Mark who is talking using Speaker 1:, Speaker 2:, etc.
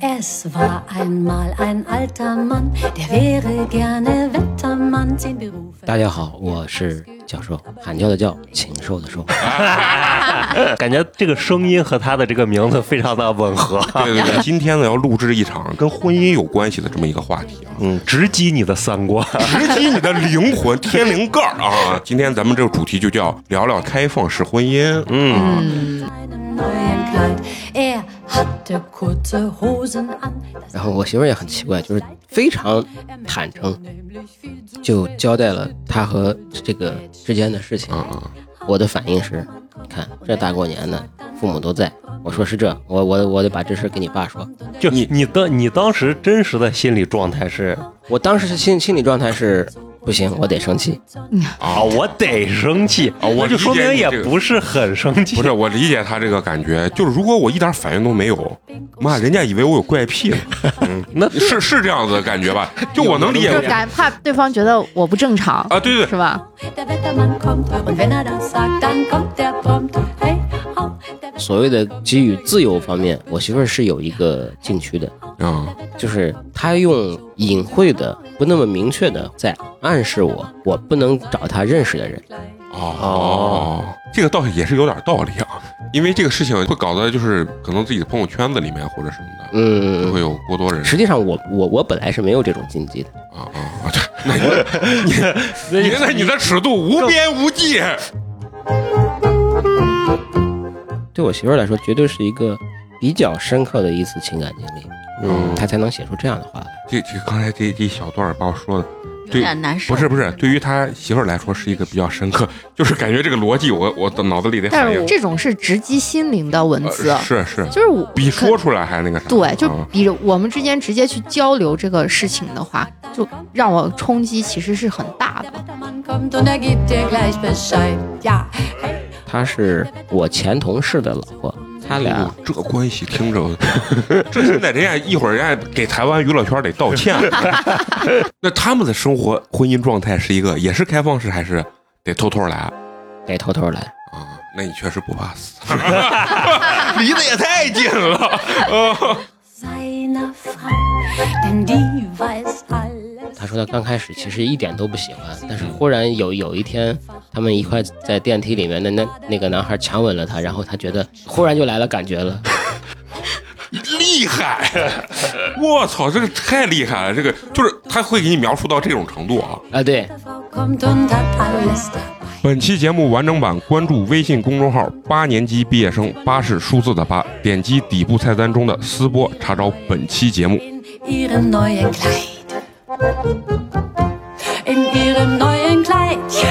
Speaker 1: Es war einmal ein alter Mann, der wäre gerne Wettermann, zehn Berufe.
Speaker 2: 大家好，我是教授，喊叫的叫，禽兽的兽。
Speaker 3: 感觉这个声音和他的这个名字非常的吻合，
Speaker 4: 对对对，今天呢要录制一场跟婚姻有关系的这么一个话题啊，
Speaker 3: 嗯，直击你的三观。
Speaker 4: 直击你的灵魂天灵盖儿啊！今天咱们这个主题就叫聊聊开放式婚姻，嗯，
Speaker 1: In einem neuen Kleid. Er hatte kurze Hosen an.
Speaker 2: 然后我媳妇儿也很奇怪，就是非常坦诚，
Speaker 1: Nämlich viel zu
Speaker 2: 就交代了她和这个之间的事情。我的反应是，你看这大过年的，父母都在，我说是这，我我我得把这事儿给你爸说。
Speaker 3: 就你你的你当时真实的心理状态是
Speaker 2: 我当时是心心理状态是不行，我得生气。
Speaker 3: 啊，我得生气，
Speaker 4: 啊我
Speaker 3: 那就
Speaker 4: 理解
Speaker 3: 说明
Speaker 4: 你
Speaker 3: 也
Speaker 4: 这个
Speaker 3: 不是很生气
Speaker 4: 不。是我理解他这个感觉，就是如果我一点反应都没有，妈，人家以为我有怪癖呢，嗯，那是是这样子的感觉吧？就我 能理
Speaker 5: 就
Speaker 4: 解
Speaker 5: 感怕对方觉得我不正常，
Speaker 4: 啊，对对
Speaker 5: 是吧？
Speaker 1: Der Wettermann kommt. Und wenn er das sagt, dann kommt er prompt. Hey, au, der
Speaker 2: 所谓的基于自由方面，我媳妇儿是有一个禁区的，
Speaker 4: 对，啊，
Speaker 2: 就是她用隐晦的、不那么明确的在暗示我，我不能找她认识的人。
Speaker 4: 哦，这个倒是也是有点道理啊，因为这个事情会搞得就是可能自己的朋友圈子里面或者什么的。
Speaker 2: 嗯
Speaker 4: 就，会有过多人
Speaker 2: 实际上我我我本来是没有这种禁忌的，
Speaker 4: 啊啊啊！对，那你你那你的尺度无边无际，
Speaker 2: 对我媳妇儿来说，绝对是一个比较深刻的一次情感经历，
Speaker 4: 嗯
Speaker 2: 她才能写出这样的话来。
Speaker 4: 这这刚才这这一小段儿把我说的，
Speaker 6: 有
Speaker 4: 对，
Speaker 6: 点难受。
Speaker 4: 不是不是，对于他媳妇儿来说是一个比较深刻，就是感觉这个逻辑我我的脑子里得
Speaker 5: 但
Speaker 4: 反
Speaker 5: 是
Speaker 4: 应
Speaker 5: 我，这种是直击心灵的文
Speaker 4: 哎呃
Speaker 5: 字，
Speaker 4: 是是，
Speaker 5: 就是我
Speaker 4: 比
Speaker 5: 可
Speaker 4: 说出来还那个啥，
Speaker 5: 对，就
Speaker 4: 啊
Speaker 5: 比我们之间直接去交流这个事情的话，就让我冲击其实是很大的。
Speaker 1: Wettermann kommt und er gibt dir gleich Bescheid. Ja, hey,
Speaker 2: 她是我前同事的老婆，她
Speaker 4: 哎
Speaker 2: 俩
Speaker 4: 呦这关系听着，这现在人家一会儿人家给台湾娱乐圈得道 歉。那他们的生活婚姻状态是一个，也是开放式，还是得偷偷来啊？
Speaker 2: 得偷偷来。
Speaker 4: 那你确实不怕死， 离得也太近了。
Speaker 1: seiner Frau, denn die weiß alles.
Speaker 2: 她说她刚开始其实一点都不喜欢，但是忽然有有一天，他们一块在电梯里面，那那那个男孩强吻了她，然后她觉得忽然就来了感觉了。
Speaker 4: 厉害！ 我操，这个太厉害了！这个就是他会给你描述到这种程度啊。
Speaker 2: 啊，对，
Speaker 1: Frau kommt und hat alles dabei.
Speaker 4: 本期节目完整版关注微信公众号“八年级毕业生”，八是数字的八，点击底部菜单中的“私播”，查找本期节目。
Speaker 1: In ihrem neuen Kleid. In ihrem neuen Kleid. Ja.